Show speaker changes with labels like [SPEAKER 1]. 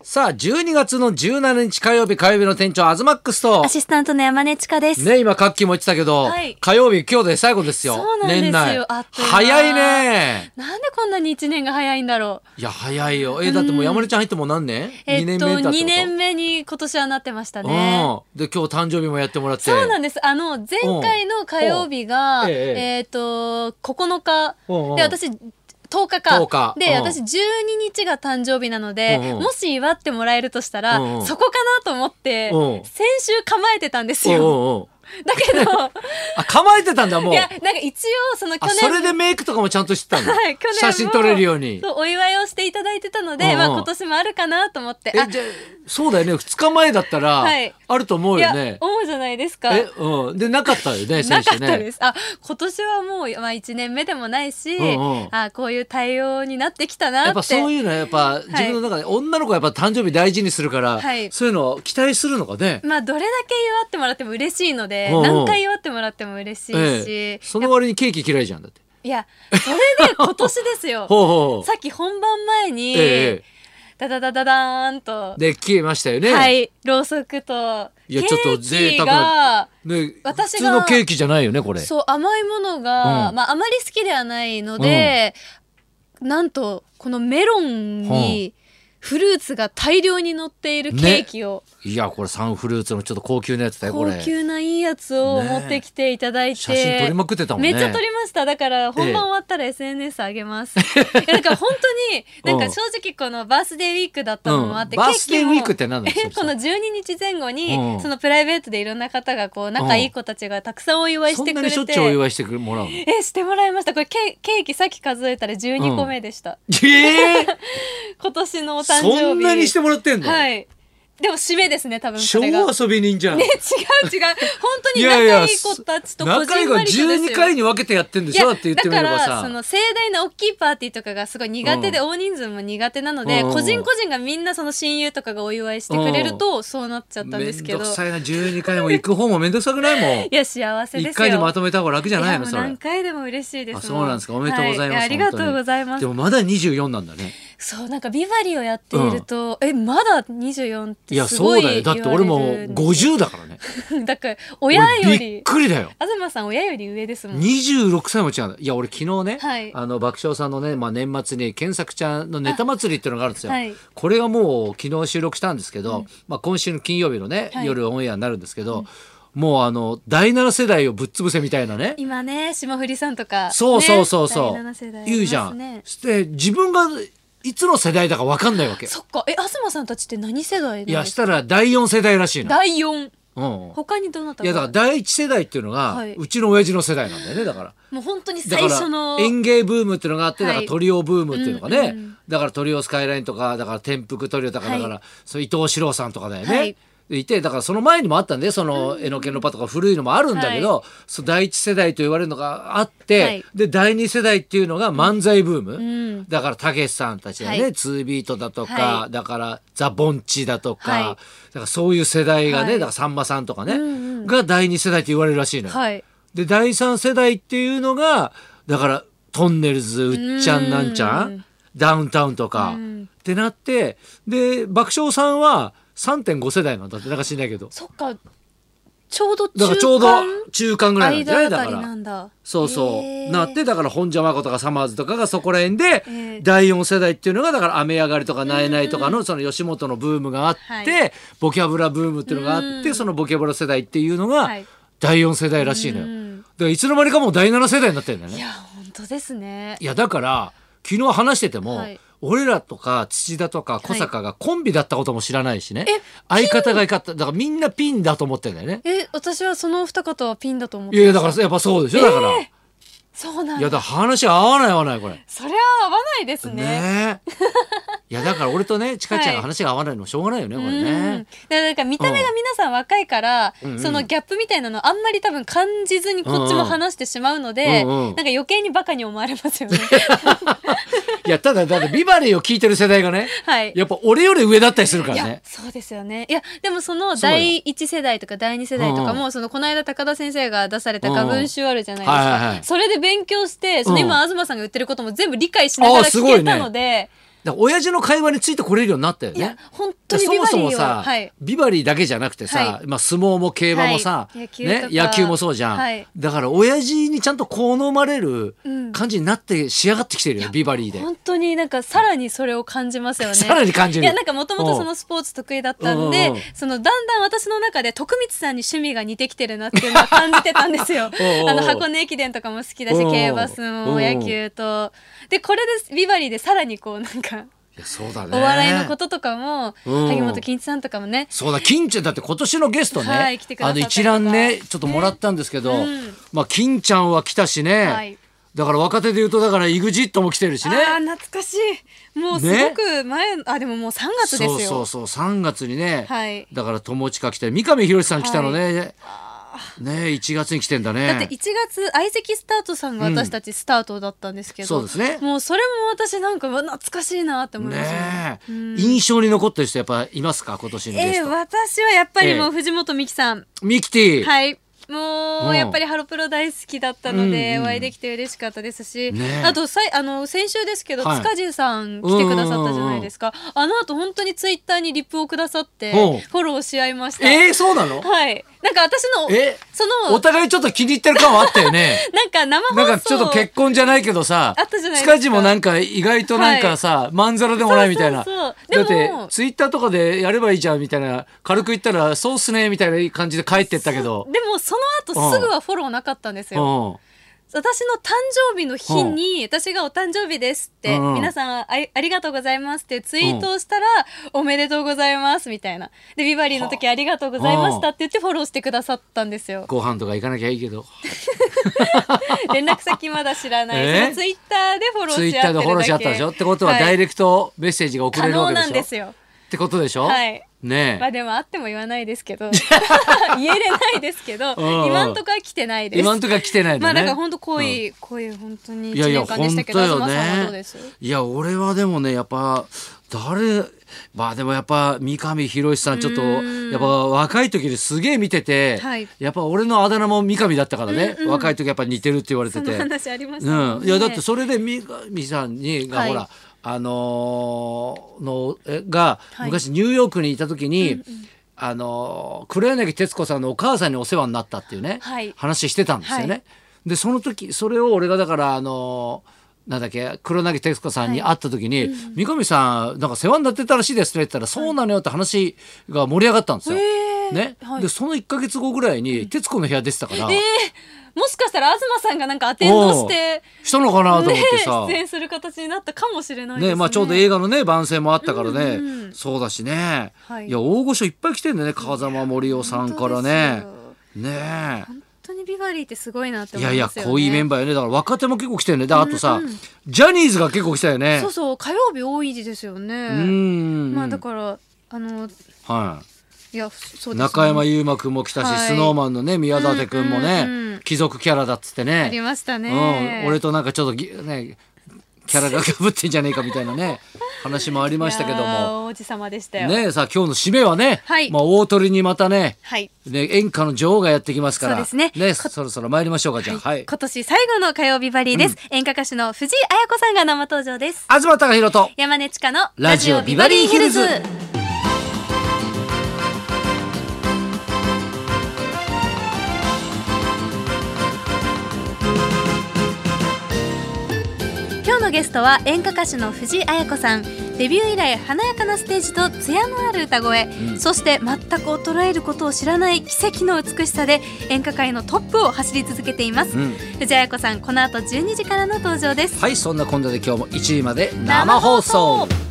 [SPEAKER 1] さあ、12月の17日火曜日、火曜日の店長、アズマックスと
[SPEAKER 2] ア、シスタントの山根千佳です。
[SPEAKER 1] ね、今、カッキーも言ってたけど、
[SPEAKER 2] はい
[SPEAKER 1] 火曜日、今日で最後ですよ。
[SPEAKER 2] そうなんですよ
[SPEAKER 1] 年内
[SPEAKER 2] あっという間
[SPEAKER 1] 早いね。
[SPEAKER 2] なんでこんなに1年が早いんだろう。
[SPEAKER 1] いや、早いよ。え、だってもう山根ちゃん入ってもう何年、
[SPEAKER 2] え
[SPEAKER 1] ?2
[SPEAKER 2] っ
[SPEAKER 1] 年
[SPEAKER 2] と、
[SPEAKER 1] 目だってこと
[SPEAKER 2] 2年目に今年はなってましたね。
[SPEAKER 1] うん。で、今日誕生日もやってもらって。
[SPEAKER 2] そうなんです。あの、前回の火曜日
[SPEAKER 1] う
[SPEAKER 2] が、
[SPEAKER 1] んええ
[SPEAKER 2] えっと、9日。
[SPEAKER 1] うんうん
[SPEAKER 2] で、私、10日か。
[SPEAKER 1] 10日
[SPEAKER 2] で、
[SPEAKER 1] うん
[SPEAKER 2] 私12日が誕生日なので、
[SPEAKER 1] うんうん
[SPEAKER 2] もし祝ってもらえるとしたら、
[SPEAKER 1] うんうん
[SPEAKER 2] そこかなと思って、
[SPEAKER 1] うん
[SPEAKER 2] 先週構えてたんです
[SPEAKER 1] おう
[SPEAKER 2] よ。
[SPEAKER 1] おうおう
[SPEAKER 2] だけど、
[SPEAKER 1] あ、構えてたんだ、もう。
[SPEAKER 2] いや、なんか一応、その
[SPEAKER 1] あ、
[SPEAKER 2] 去年。
[SPEAKER 1] それでメイクとかもちゃんとしてたの、
[SPEAKER 2] はい、去年も
[SPEAKER 1] 写真撮れるように。
[SPEAKER 2] そうお祝いをしていただいてたので、
[SPEAKER 1] うんうん
[SPEAKER 2] まあ、今年もあるかなと思ってあ
[SPEAKER 1] え、じゃあそうだよね。2日前だったら、
[SPEAKER 2] はい
[SPEAKER 1] あると思う
[SPEAKER 2] い
[SPEAKER 1] よ
[SPEAKER 2] や
[SPEAKER 1] ね。
[SPEAKER 2] 思うじゃないですか。
[SPEAKER 1] え、うん。で、なかったよね、
[SPEAKER 2] な
[SPEAKER 1] 選
[SPEAKER 2] か
[SPEAKER 1] 手
[SPEAKER 2] っ
[SPEAKER 1] ね。
[SPEAKER 2] たです。あ、今年はもう、まあ、1年目でもないし、
[SPEAKER 1] うんうん
[SPEAKER 2] あこういう対応になってきたなって。
[SPEAKER 1] やっぱそういうのはやっぱ自分の中で女の子はやっぱ誕生日大事にするから、
[SPEAKER 2] はい
[SPEAKER 1] そういうのを期待するのかね。
[SPEAKER 2] まあ、どれだけ祝ってもらっても嬉しいの
[SPEAKER 1] うんう
[SPEAKER 2] で、
[SPEAKER 1] ん
[SPEAKER 2] 何回祝ってもらっても嬉しいし、
[SPEAKER 1] ええその割にケーキ嫌いじゃんだって。
[SPEAKER 2] いや、それで今年です よ。
[SPEAKER 1] ほうほう。
[SPEAKER 2] さっき本番前に、
[SPEAKER 1] え
[SPEAKER 2] ダダダダダーンと
[SPEAKER 1] え、で消えましたよね。
[SPEAKER 2] はい、ろうそくと、
[SPEAKER 1] い
[SPEAKER 2] ケ
[SPEAKER 1] やちょっと
[SPEAKER 2] ー
[SPEAKER 1] 贅
[SPEAKER 2] キ
[SPEAKER 1] 沢
[SPEAKER 2] が
[SPEAKER 1] な、ね
[SPEAKER 2] 私
[SPEAKER 1] 普
[SPEAKER 2] が
[SPEAKER 1] 通のケーキじゃないよねこれ。
[SPEAKER 2] そう甘いものが、
[SPEAKER 1] うん
[SPEAKER 2] まあ、あまり好きではないので、なんとこのメロンにフルーツが大量に乗っているケーキを、
[SPEAKER 1] いやこれサンフルーツのちょっと高級なやつだよこ
[SPEAKER 2] 高
[SPEAKER 1] れ。
[SPEAKER 2] 級ないいやつを
[SPEAKER 1] ね
[SPEAKER 2] 持ってきていただいて、
[SPEAKER 1] 写真撮りまくってたもん
[SPEAKER 2] め
[SPEAKER 1] ね。
[SPEAKER 2] っちゃ撮りましただから本番終わったら SNS 上 げます、いやだから本当になんか正直このバースデーウィークだったのもあって、
[SPEAKER 1] うんバースデーウィークって何なの
[SPEAKER 2] え
[SPEAKER 1] それ
[SPEAKER 2] この12日前後に、
[SPEAKER 1] うん
[SPEAKER 2] そのプライベートでいろんな方がこう仲いい子たちがたくさんお祝いし
[SPEAKER 1] そ
[SPEAKER 2] て
[SPEAKER 1] ん
[SPEAKER 2] く
[SPEAKER 1] な
[SPEAKER 2] れ
[SPEAKER 1] に
[SPEAKER 2] て、
[SPEAKER 1] しょっちゅうお祝いしてくれもらうの。え
[SPEAKER 2] えしてもらいましたこれケケーキさっき数えたら12個目でした、
[SPEAKER 1] え
[SPEAKER 2] 今年のお誕生日
[SPEAKER 1] そんなにしてもらってんの。
[SPEAKER 2] はいでも締めですね多分
[SPEAKER 1] 超
[SPEAKER 2] それがね
[SPEAKER 1] 遊び人じゃん。
[SPEAKER 2] 違う 違う本当に仲いい子たちとこ
[SPEAKER 1] 仲良
[SPEAKER 2] じん
[SPEAKER 1] いが
[SPEAKER 2] まりとですよ
[SPEAKER 1] 12回に分けてやってんで
[SPEAKER 2] い
[SPEAKER 1] し
[SPEAKER 2] や
[SPEAKER 1] ょだって言ってみれば
[SPEAKER 2] だか
[SPEAKER 1] さ
[SPEAKER 2] らその盛大な大きいパーティーとかがすごい苦手で、
[SPEAKER 1] う
[SPEAKER 2] 大人数も苦手なの
[SPEAKER 1] う
[SPEAKER 2] で、
[SPEAKER 1] んうんうん
[SPEAKER 2] 個人個人がみんなその親友とかがお祝いしてくれると、そうなっちゃったんですけど
[SPEAKER 1] めんどくさいな12回も行く方もめんどくさくないもん
[SPEAKER 2] いや幸せですよ
[SPEAKER 1] 一回にまとめた方が楽じゃない
[SPEAKER 2] い
[SPEAKER 1] の
[SPEAKER 2] や
[SPEAKER 1] そ
[SPEAKER 2] もう
[SPEAKER 1] れ
[SPEAKER 2] 何回でも嬉しいです
[SPEAKER 1] あそうなんですかおめでとうございます
[SPEAKER 2] はありがとうございます
[SPEAKER 1] でもまだ24なんだね
[SPEAKER 2] そうなんかビバリーをやっていると、えまだ24っ
[SPEAKER 1] い
[SPEAKER 2] て
[SPEAKER 1] や
[SPEAKER 2] す
[SPEAKER 1] そ
[SPEAKER 2] ご
[SPEAKER 1] う
[SPEAKER 2] い
[SPEAKER 1] だよだって俺も
[SPEAKER 2] 言われるんで
[SPEAKER 1] 50だからね
[SPEAKER 2] だから親よ
[SPEAKER 1] 俺びっ
[SPEAKER 2] り
[SPEAKER 1] くりだよ
[SPEAKER 2] 東さん親より上ですもん
[SPEAKER 1] 26歳も違うんだいや俺昨日ね、
[SPEAKER 2] はい
[SPEAKER 1] あの爆笑さんのね、まあ、年末に健作ちゃんのネタ祭りっていうのがあるんですよ、
[SPEAKER 2] はい
[SPEAKER 1] これがもう昨日収録したんですけど、まあ、今週の金曜日のね、
[SPEAKER 2] はい
[SPEAKER 1] 夜オンエアになるんですけど、もうあの第7世代をぶっ潰せみたいなね
[SPEAKER 2] 今ね霜降りさんとか、ね、
[SPEAKER 1] そうそうそうそう、
[SPEAKER 2] 第七世代いますね
[SPEAKER 1] 言うじゃんして自分がいつの世代だか分かんないわけ
[SPEAKER 2] そっかえ東さんたちって何世代なん
[SPEAKER 1] いや
[SPEAKER 2] です
[SPEAKER 1] し
[SPEAKER 2] か
[SPEAKER 1] たら第4世代らしいな、
[SPEAKER 2] 第四
[SPEAKER 1] うん、
[SPEAKER 2] 他にどなた
[SPEAKER 1] いやだから第一世代っていうのが、
[SPEAKER 2] はいう
[SPEAKER 1] ちの親父の世代なんだよねだから
[SPEAKER 2] もう本当に
[SPEAKER 1] だ
[SPEAKER 2] 最
[SPEAKER 1] から
[SPEAKER 2] 初の
[SPEAKER 1] 園芸ブームっていうのがあって、
[SPEAKER 2] は
[SPEAKER 1] だ
[SPEAKER 2] い
[SPEAKER 1] からトリオブームっていうのがね、
[SPEAKER 2] うんうんうん
[SPEAKER 1] だからトリオスカイラインとかだから転覆トリオとか、
[SPEAKER 2] はい
[SPEAKER 1] だからそう伊藤史郎さんとかだよね。
[SPEAKER 2] はい
[SPEAKER 1] でいてだからその前にもあったんでその「えのけのパ」とか古いのもあるんだけど、そう第一世代と言われるのがあって、
[SPEAKER 2] はい
[SPEAKER 1] で第二世代っていうのが漫才ブーム、
[SPEAKER 2] ん
[SPEAKER 1] だからたけしさんたちだよね、
[SPEAKER 2] は
[SPEAKER 1] ツービートだとか、
[SPEAKER 2] はい
[SPEAKER 1] だからザ・ボンチだとか,、
[SPEAKER 2] はい
[SPEAKER 1] だからそういう世代がね、
[SPEAKER 2] はい
[SPEAKER 1] だからさんまさんとかね、
[SPEAKER 2] うんうん
[SPEAKER 1] が第二世代と言われるらしいのよ。
[SPEAKER 2] はい
[SPEAKER 1] で第3世代っていうのがだからトンネルズうっちゃんなんちゃ
[SPEAKER 2] うん
[SPEAKER 1] んダウンタウンとか
[SPEAKER 2] うん
[SPEAKER 1] ってなってで爆笑さんは3.5世代なんだってなんか知んないけど
[SPEAKER 2] そっかちょうど
[SPEAKER 1] だ
[SPEAKER 2] 中間
[SPEAKER 1] からちょうど中間ぐらいなんじゃない
[SPEAKER 2] 間
[SPEAKER 1] だか
[SPEAKER 2] あたりな
[SPEAKER 1] ら
[SPEAKER 2] んだ
[SPEAKER 1] そうそ
[SPEAKER 2] へ
[SPEAKER 1] う
[SPEAKER 2] ー
[SPEAKER 1] なってだから本邪魔子とかサマーズとかがそこら辺で
[SPEAKER 2] ー
[SPEAKER 1] 第4世代っていうのがだから雨上がりとかなえないとかのその吉本のブームがあっ
[SPEAKER 2] は
[SPEAKER 1] てボキャブラブームっていうのがあっ
[SPEAKER 2] う
[SPEAKER 1] て
[SPEAKER 2] ん
[SPEAKER 1] そのボキャブラ世代っていうのが
[SPEAKER 2] はい
[SPEAKER 1] 第4世代らしいの
[SPEAKER 2] う
[SPEAKER 1] よ。
[SPEAKER 2] ん
[SPEAKER 1] だからいつの間にかもう第7世代になってるんだよね
[SPEAKER 2] い。や本当ですね
[SPEAKER 1] いやだから昨日話してても、
[SPEAKER 2] はい
[SPEAKER 1] 俺らとか土田とか小坂がコンビだったことも知らないしね、相方がいかっただからみんなピンだと思ってんだよね
[SPEAKER 2] え私はそのお二方はピンだと思っ
[SPEAKER 1] い
[SPEAKER 2] て
[SPEAKER 1] やいや
[SPEAKER 2] ま
[SPEAKER 1] だ
[SPEAKER 2] し
[SPEAKER 1] から
[SPEAKER 2] た
[SPEAKER 1] やっぱそうでしょだから、
[SPEAKER 2] そうなん
[SPEAKER 1] いや
[SPEAKER 2] だ
[SPEAKER 1] だから話合わない合わないこれ
[SPEAKER 2] それは合わないですね
[SPEAKER 1] ねえいやだから俺とねちかちゃんが話が合わないのもしょうがないよね、
[SPEAKER 2] う
[SPEAKER 1] これ
[SPEAKER 2] ん
[SPEAKER 1] ね
[SPEAKER 2] だからなんか見た目が皆さん若いから、
[SPEAKER 1] うんうん
[SPEAKER 2] そのギャップみたいなのあんまり多分感じずにこっちも話してしまうので、
[SPEAKER 1] うんうん
[SPEAKER 2] なんか余計にバカに思われま すよね。
[SPEAKER 1] いやただだってビバリーを聞いてる世代がね
[SPEAKER 2] はい。
[SPEAKER 1] やっぱ俺より上だったりするか
[SPEAKER 2] い
[SPEAKER 1] ら
[SPEAKER 2] や
[SPEAKER 1] ね
[SPEAKER 2] そうですよねいやでもその
[SPEAKER 1] そうよ
[SPEAKER 2] 第一世代とか第二世代とか
[SPEAKER 1] うん
[SPEAKER 2] も、そのこの間高田先生が出された画文集あるじゃないで
[SPEAKER 1] う
[SPEAKER 2] す
[SPEAKER 1] ん
[SPEAKER 2] か、
[SPEAKER 1] はいはいはい
[SPEAKER 2] それで勉強してその今、東さんが言ってることも全部理解しな
[SPEAKER 1] あ
[SPEAKER 2] が
[SPEAKER 1] あ
[SPEAKER 2] ら
[SPEAKER 1] す
[SPEAKER 2] 聞
[SPEAKER 1] ごいね
[SPEAKER 2] けたので
[SPEAKER 1] だから親父の会話についてこれるようになったよ
[SPEAKER 2] い
[SPEAKER 1] ね
[SPEAKER 2] や。本当
[SPEAKER 1] だからそ
[SPEAKER 2] にビ
[SPEAKER 1] も
[SPEAKER 2] バリ
[SPEAKER 1] そも
[SPEAKER 2] ー
[SPEAKER 1] さ、
[SPEAKER 2] ははい
[SPEAKER 1] ビバリーだけじゃなくてさ、
[SPEAKER 2] は
[SPEAKER 1] まあ、相撲も競馬もさ、
[SPEAKER 2] はい野球と
[SPEAKER 1] ね
[SPEAKER 2] か、
[SPEAKER 1] 野球もそうじゃん、
[SPEAKER 2] はい
[SPEAKER 1] だから親父にちゃんと好まれる
[SPEAKER 2] うん
[SPEAKER 1] 感じになって仕上がってきてるよ、ビバリーで、
[SPEAKER 2] 本当になんかさらにそれを感じますよね。
[SPEAKER 1] さらに感じ
[SPEAKER 2] い
[SPEAKER 1] る
[SPEAKER 2] やなんかもともとそのスポーツ得意だったんで、
[SPEAKER 1] うんうんうん
[SPEAKER 2] そのだんだん私の中で徳光さんに趣味が似てきてるなっていうのは感じてたんですよ
[SPEAKER 1] おうおう
[SPEAKER 2] あの箱根駅伝とかも好きだ
[SPEAKER 1] おう
[SPEAKER 2] し
[SPEAKER 1] おう
[SPEAKER 2] 競馬相
[SPEAKER 1] おうおう
[SPEAKER 2] 撲野球とでこれでビバリーでさらにこうなんか
[SPEAKER 1] いやそうだね
[SPEAKER 2] お笑いのこととかも、
[SPEAKER 1] うん
[SPEAKER 2] 萩本欽一さんとかもね
[SPEAKER 1] そうだ金ちゃんだって今年のゲストね、
[SPEAKER 2] はい来てくださ
[SPEAKER 1] あ
[SPEAKER 2] っ
[SPEAKER 1] の
[SPEAKER 2] たりとか
[SPEAKER 1] 一覧ねちょっともらったんですけど、
[SPEAKER 2] うん
[SPEAKER 1] まあ金ちゃんは来たしね、
[SPEAKER 2] はい
[SPEAKER 1] だから若手で言うとだから EXIT も来てるしね
[SPEAKER 2] ああ懐かしいもうすごく前、あでももう3月ですよ
[SPEAKER 1] そうそうそう3月にね、
[SPEAKER 2] はい
[SPEAKER 1] だから友近来て三上博史さん来たのね、ね1月に来てんだね
[SPEAKER 2] だって1月相席スタートさんが私たちスタートだったんですけど、
[SPEAKER 1] そうですね
[SPEAKER 2] もうそれも私なんかうわ懐かしいなって思いました
[SPEAKER 1] ねえ、
[SPEAKER 2] うん
[SPEAKER 1] 印象に残ってる人やっぱいますか今年のゲ
[SPEAKER 2] え
[SPEAKER 1] ス
[SPEAKER 2] ー
[SPEAKER 1] ト、
[SPEAKER 2] 私はやっぱりも
[SPEAKER 1] え
[SPEAKER 2] う藤本美貴さん、
[SPEAKER 1] ミキティ、
[SPEAKER 2] はいも
[SPEAKER 1] う
[SPEAKER 2] うんやっぱりハロプロ大好きだったの
[SPEAKER 1] うん
[SPEAKER 2] で
[SPEAKER 1] うん
[SPEAKER 2] お会いできて嬉しかったですし、
[SPEAKER 1] ねえ
[SPEAKER 2] あとさいあの先週ですけど、
[SPEAKER 1] はい
[SPEAKER 2] 塚地さん来てくださったじゃないですか、あの後本当にツイッターにリップをくださって
[SPEAKER 1] ほう
[SPEAKER 2] フォローし合いました、
[SPEAKER 1] えー、そうなの
[SPEAKER 2] はいなんか私の
[SPEAKER 1] え
[SPEAKER 2] そ
[SPEAKER 1] お
[SPEAKER 2] の
[SPEAKER 1] 互いちょっと気に入ってる感はあったよ ね
[SPEAKER 2] なんか生放送
[SPEAKER 1] なんかちょっと結婚じゃないけどさ
[SPEAKER 2] あったじゃないですか
[SPEAKER 1] 塚地もなんか意外となんかさ、まんざらでもないみたいな
[SPEAKER 2] そうそう
[SPEAKER 1] だ
[SPEAKER 2] そう
[SPEAKER 1] っ
[SPEAKER 2] で
[SPEAKER 1] て
[SPEAKER 2] も
[SPEAKER 1] ツイッターとかでやればいいじゃんみたいな軽く言ったらそうっすねみたいな感じで帰ってったけど
[SPEAKER 2] でもその
[SPEAKER 1] うん
[SPEAKER 2] 後すぐはフォローなかったんですよ、
[SPEAKER 1] う
[SPEAKER 2] 私の誕生日の日に、私がお誕生日ですって、
[SPEAKER 1] うんうん
[SPEAKER 2] 皆さんあいありがとうございますってツイートをしたら、おめでとうございますみたいな。で、ビバリーの時ありがとうございましたって言ってフォローしてくださったんですよ
[SPEAKER 1] ん、。ご飯とか行かなきゃいいけど
[SPEAKER 2] 連絡先まだ知 らない。
[SPEAKER 1] え
[SPEAKER 2] そのツイッターでフォロー
[SPEAKER 1] ツイ
[SPEAKER 2] し
[SPEAKER 1] ッター
[SPEAKER 2] 合
[SPEAKER 1] で
[SPEAKER 2] って
[SPEAKER 1] フォロー
[SPEAKER 2] るだ
[SPEAKER 1] し
[SPEAKER 2] け。
[SPEAKER 1] あったでしょってことは
[SPEAKER 2] はい
[SPEAKER 1] ダイレクトメッセージが送
[SPEAKER 2] 可
[SPEAKER 1] れるわ
[SPEAKER 2] 能
[SPEAKER 1] けでし
[SPEAKER 2] な
[SPEAKER 1] ょ
[SPEAKER 2] んですよ。
[SPEAKER 1] ってことでしょ、
[SPEAKER 2] はい。
[SPEAKER 1] ねえ、
[SPEAKER 2] まあでもあっても言わないです けど言えれないですけど
[SPEAKER 1] んうん
[SPEAKER 2] 今んとこは来てないです
[SPEAKER 1] 今んとこは来てないのね
[SPEAKER 2] まあだから本当濃い、濃い本当に
[SPEAKER 1] いや
[SPEAKER 2] 1
[SPEAKER 1] いや
[SPEAKER 2] 年間でしたけど
[SPEAKER 1] 本当よ
[SPEAKER 2] 東
[SPEAKER 1] ね
[SPEAKER 2] さんはどうです
[SPEAKER 1] いや俺はでもねやっぱ誰まあでもやっぱ三上博史さんちょっと
[SPEAKER 2] うん
[SPEAKER 1] やっぱ若い時にすげえ見てて、
[SPEAKER 2] はい
[SPEAKER 1] やっぱ俺のあだ名も三上だったからね、若い時やっぱ似てるって言われて
[SPEAKER 2] そ
[SPEAKER 1] て
[SPEAKER 2] の話ありましたも
[SPEAKER 1] うんん、
[SPEAKER 2] ね
[SPEAKER 1] いやだってそれで三上さんにが
[SPEAKER 2] はい
[SPEAKER 1] ほら、あのーのえが
[SPEAKER 2] はい
[SPEAKER 1] 昔ニューヨークにいた時に、あのー黒柳徹子さんのお母さんにお世話になったっていうね、
[SPEAKER 2] はい
[SPEAKER 1] 話してたんですよね。
[SPEAKER 2] は
[SPEAKER 1] でその時それを俺がだからあのーなんだっけ黒柳徹子さんに会った時に、三上さんなんか世話になってたらしいですねって言ったら、そうなのよって話が盛り上がったんですよ。
[SPEAKER 2] へー
[SPEAKER 1] ね
[SPEAKER 2] はい
[SPEAKER 1] でその1か月後ぐらいに徹子の部屋出てたから、
[SPEAKER 2] えー、もしかしたら東さんがなんかアテンドして
[SPEAKER 1] したのかなと思っ
[SPEAKER 2] ね
[SPEAKER 1] てさ。
[SPEAKER 2] 出演する形になったかもしれないですね
[SPEAKER 1] ねまあ、ちょうど映画のね番宣もあったからね、
[SPEAKER 2] うんうん
[SPEAKER 1] そうだしね、
[SPEAKER 2] はい
[SPEAKER 1] い、や大御所いっぱい来てんだよね風間森夫さんからね
[SPEAKER 2] 本当ですよ
[SPEAKER 1] ね
[SPEAKER 2] 本当にビバリーってすごいなって
[SPEAKER 1] えい
[SPEAKER 2] 思い
[SPEAKER 1] やいや
[SPEAKER 2] ますよね
[SPEAKER 1] 濃いメンバーよねだから若手も結構来てるねであとさ、
[SPEAKER 2] うんうん
[SPEAKER 1] ジャニーズが結構来たよね
[SPEAKER 2] そうそう火曜日多いですよね
[SPEAKER 1] うーん、
[SPEAKER 2] まあだからあの
[SPEAKER 1] はい
[SPEAKER 2] やそうですね
[SPEAKER 1] 中山優馬くんも来たし、
[SPEAKER 2] はい
[SPEAKER 1] スノーマンのね宮舘くんもね、
[SPEAKER 2] うんうんうん
[SPEAKER 1] 貴族キャラだっつって
[SPEAKER 2] あり
[SPEAKER 1] ね
[SPEAKER 2] ましたね、
[SPEAKER 1] うん、俺となんかちょっとぎねキャラがかぶってんじゃねえかみたいなね話もありましたけど
[SPEAKER 2] いやー
[SPEAKER 1] も
[SPEAKER 2] 王子様でしたよ
[SPEAKER 1] ねえさあ今日の締めはね、
[SPEAKER 2] はい
[SPEAKER 1] まあ、大鳥にまたね
[SPEAKER 2] はい
[SPEAKER 1] ね、演歌の女王がやってきますから。
[SPEAKER 2] そうですねこ
[SPEAKER 1] そろそろ参りましょうか、じゃあ。はい。
[SPEAKER 2] 今年最後の火曜日バリーです、演歌歌手の藤井彩子さんが生登場です
[SPEAKER 1] 東隆弘と。
[SPEAKER 2] 山根千佳の
[SPEAKER 1] ラジオビバリーヒルズ
[SPEAKER 2] 今日のゲストは演歌歌手の藤井彩子さんデビュー以来華やかなステージと艶のある歌声、
[SPEAKER 1] うん
[SPEAKER 2] そして全く衰えることを知らない奇跡の美しさで演歌界のトップを走り続けています、
[SPEAKER 1] うん
[SPEAKER 2] 藤あや子さんこの後12時からの登場です
[SPEAKER 1] はい、そんなこんなで今日も1時まで生放送。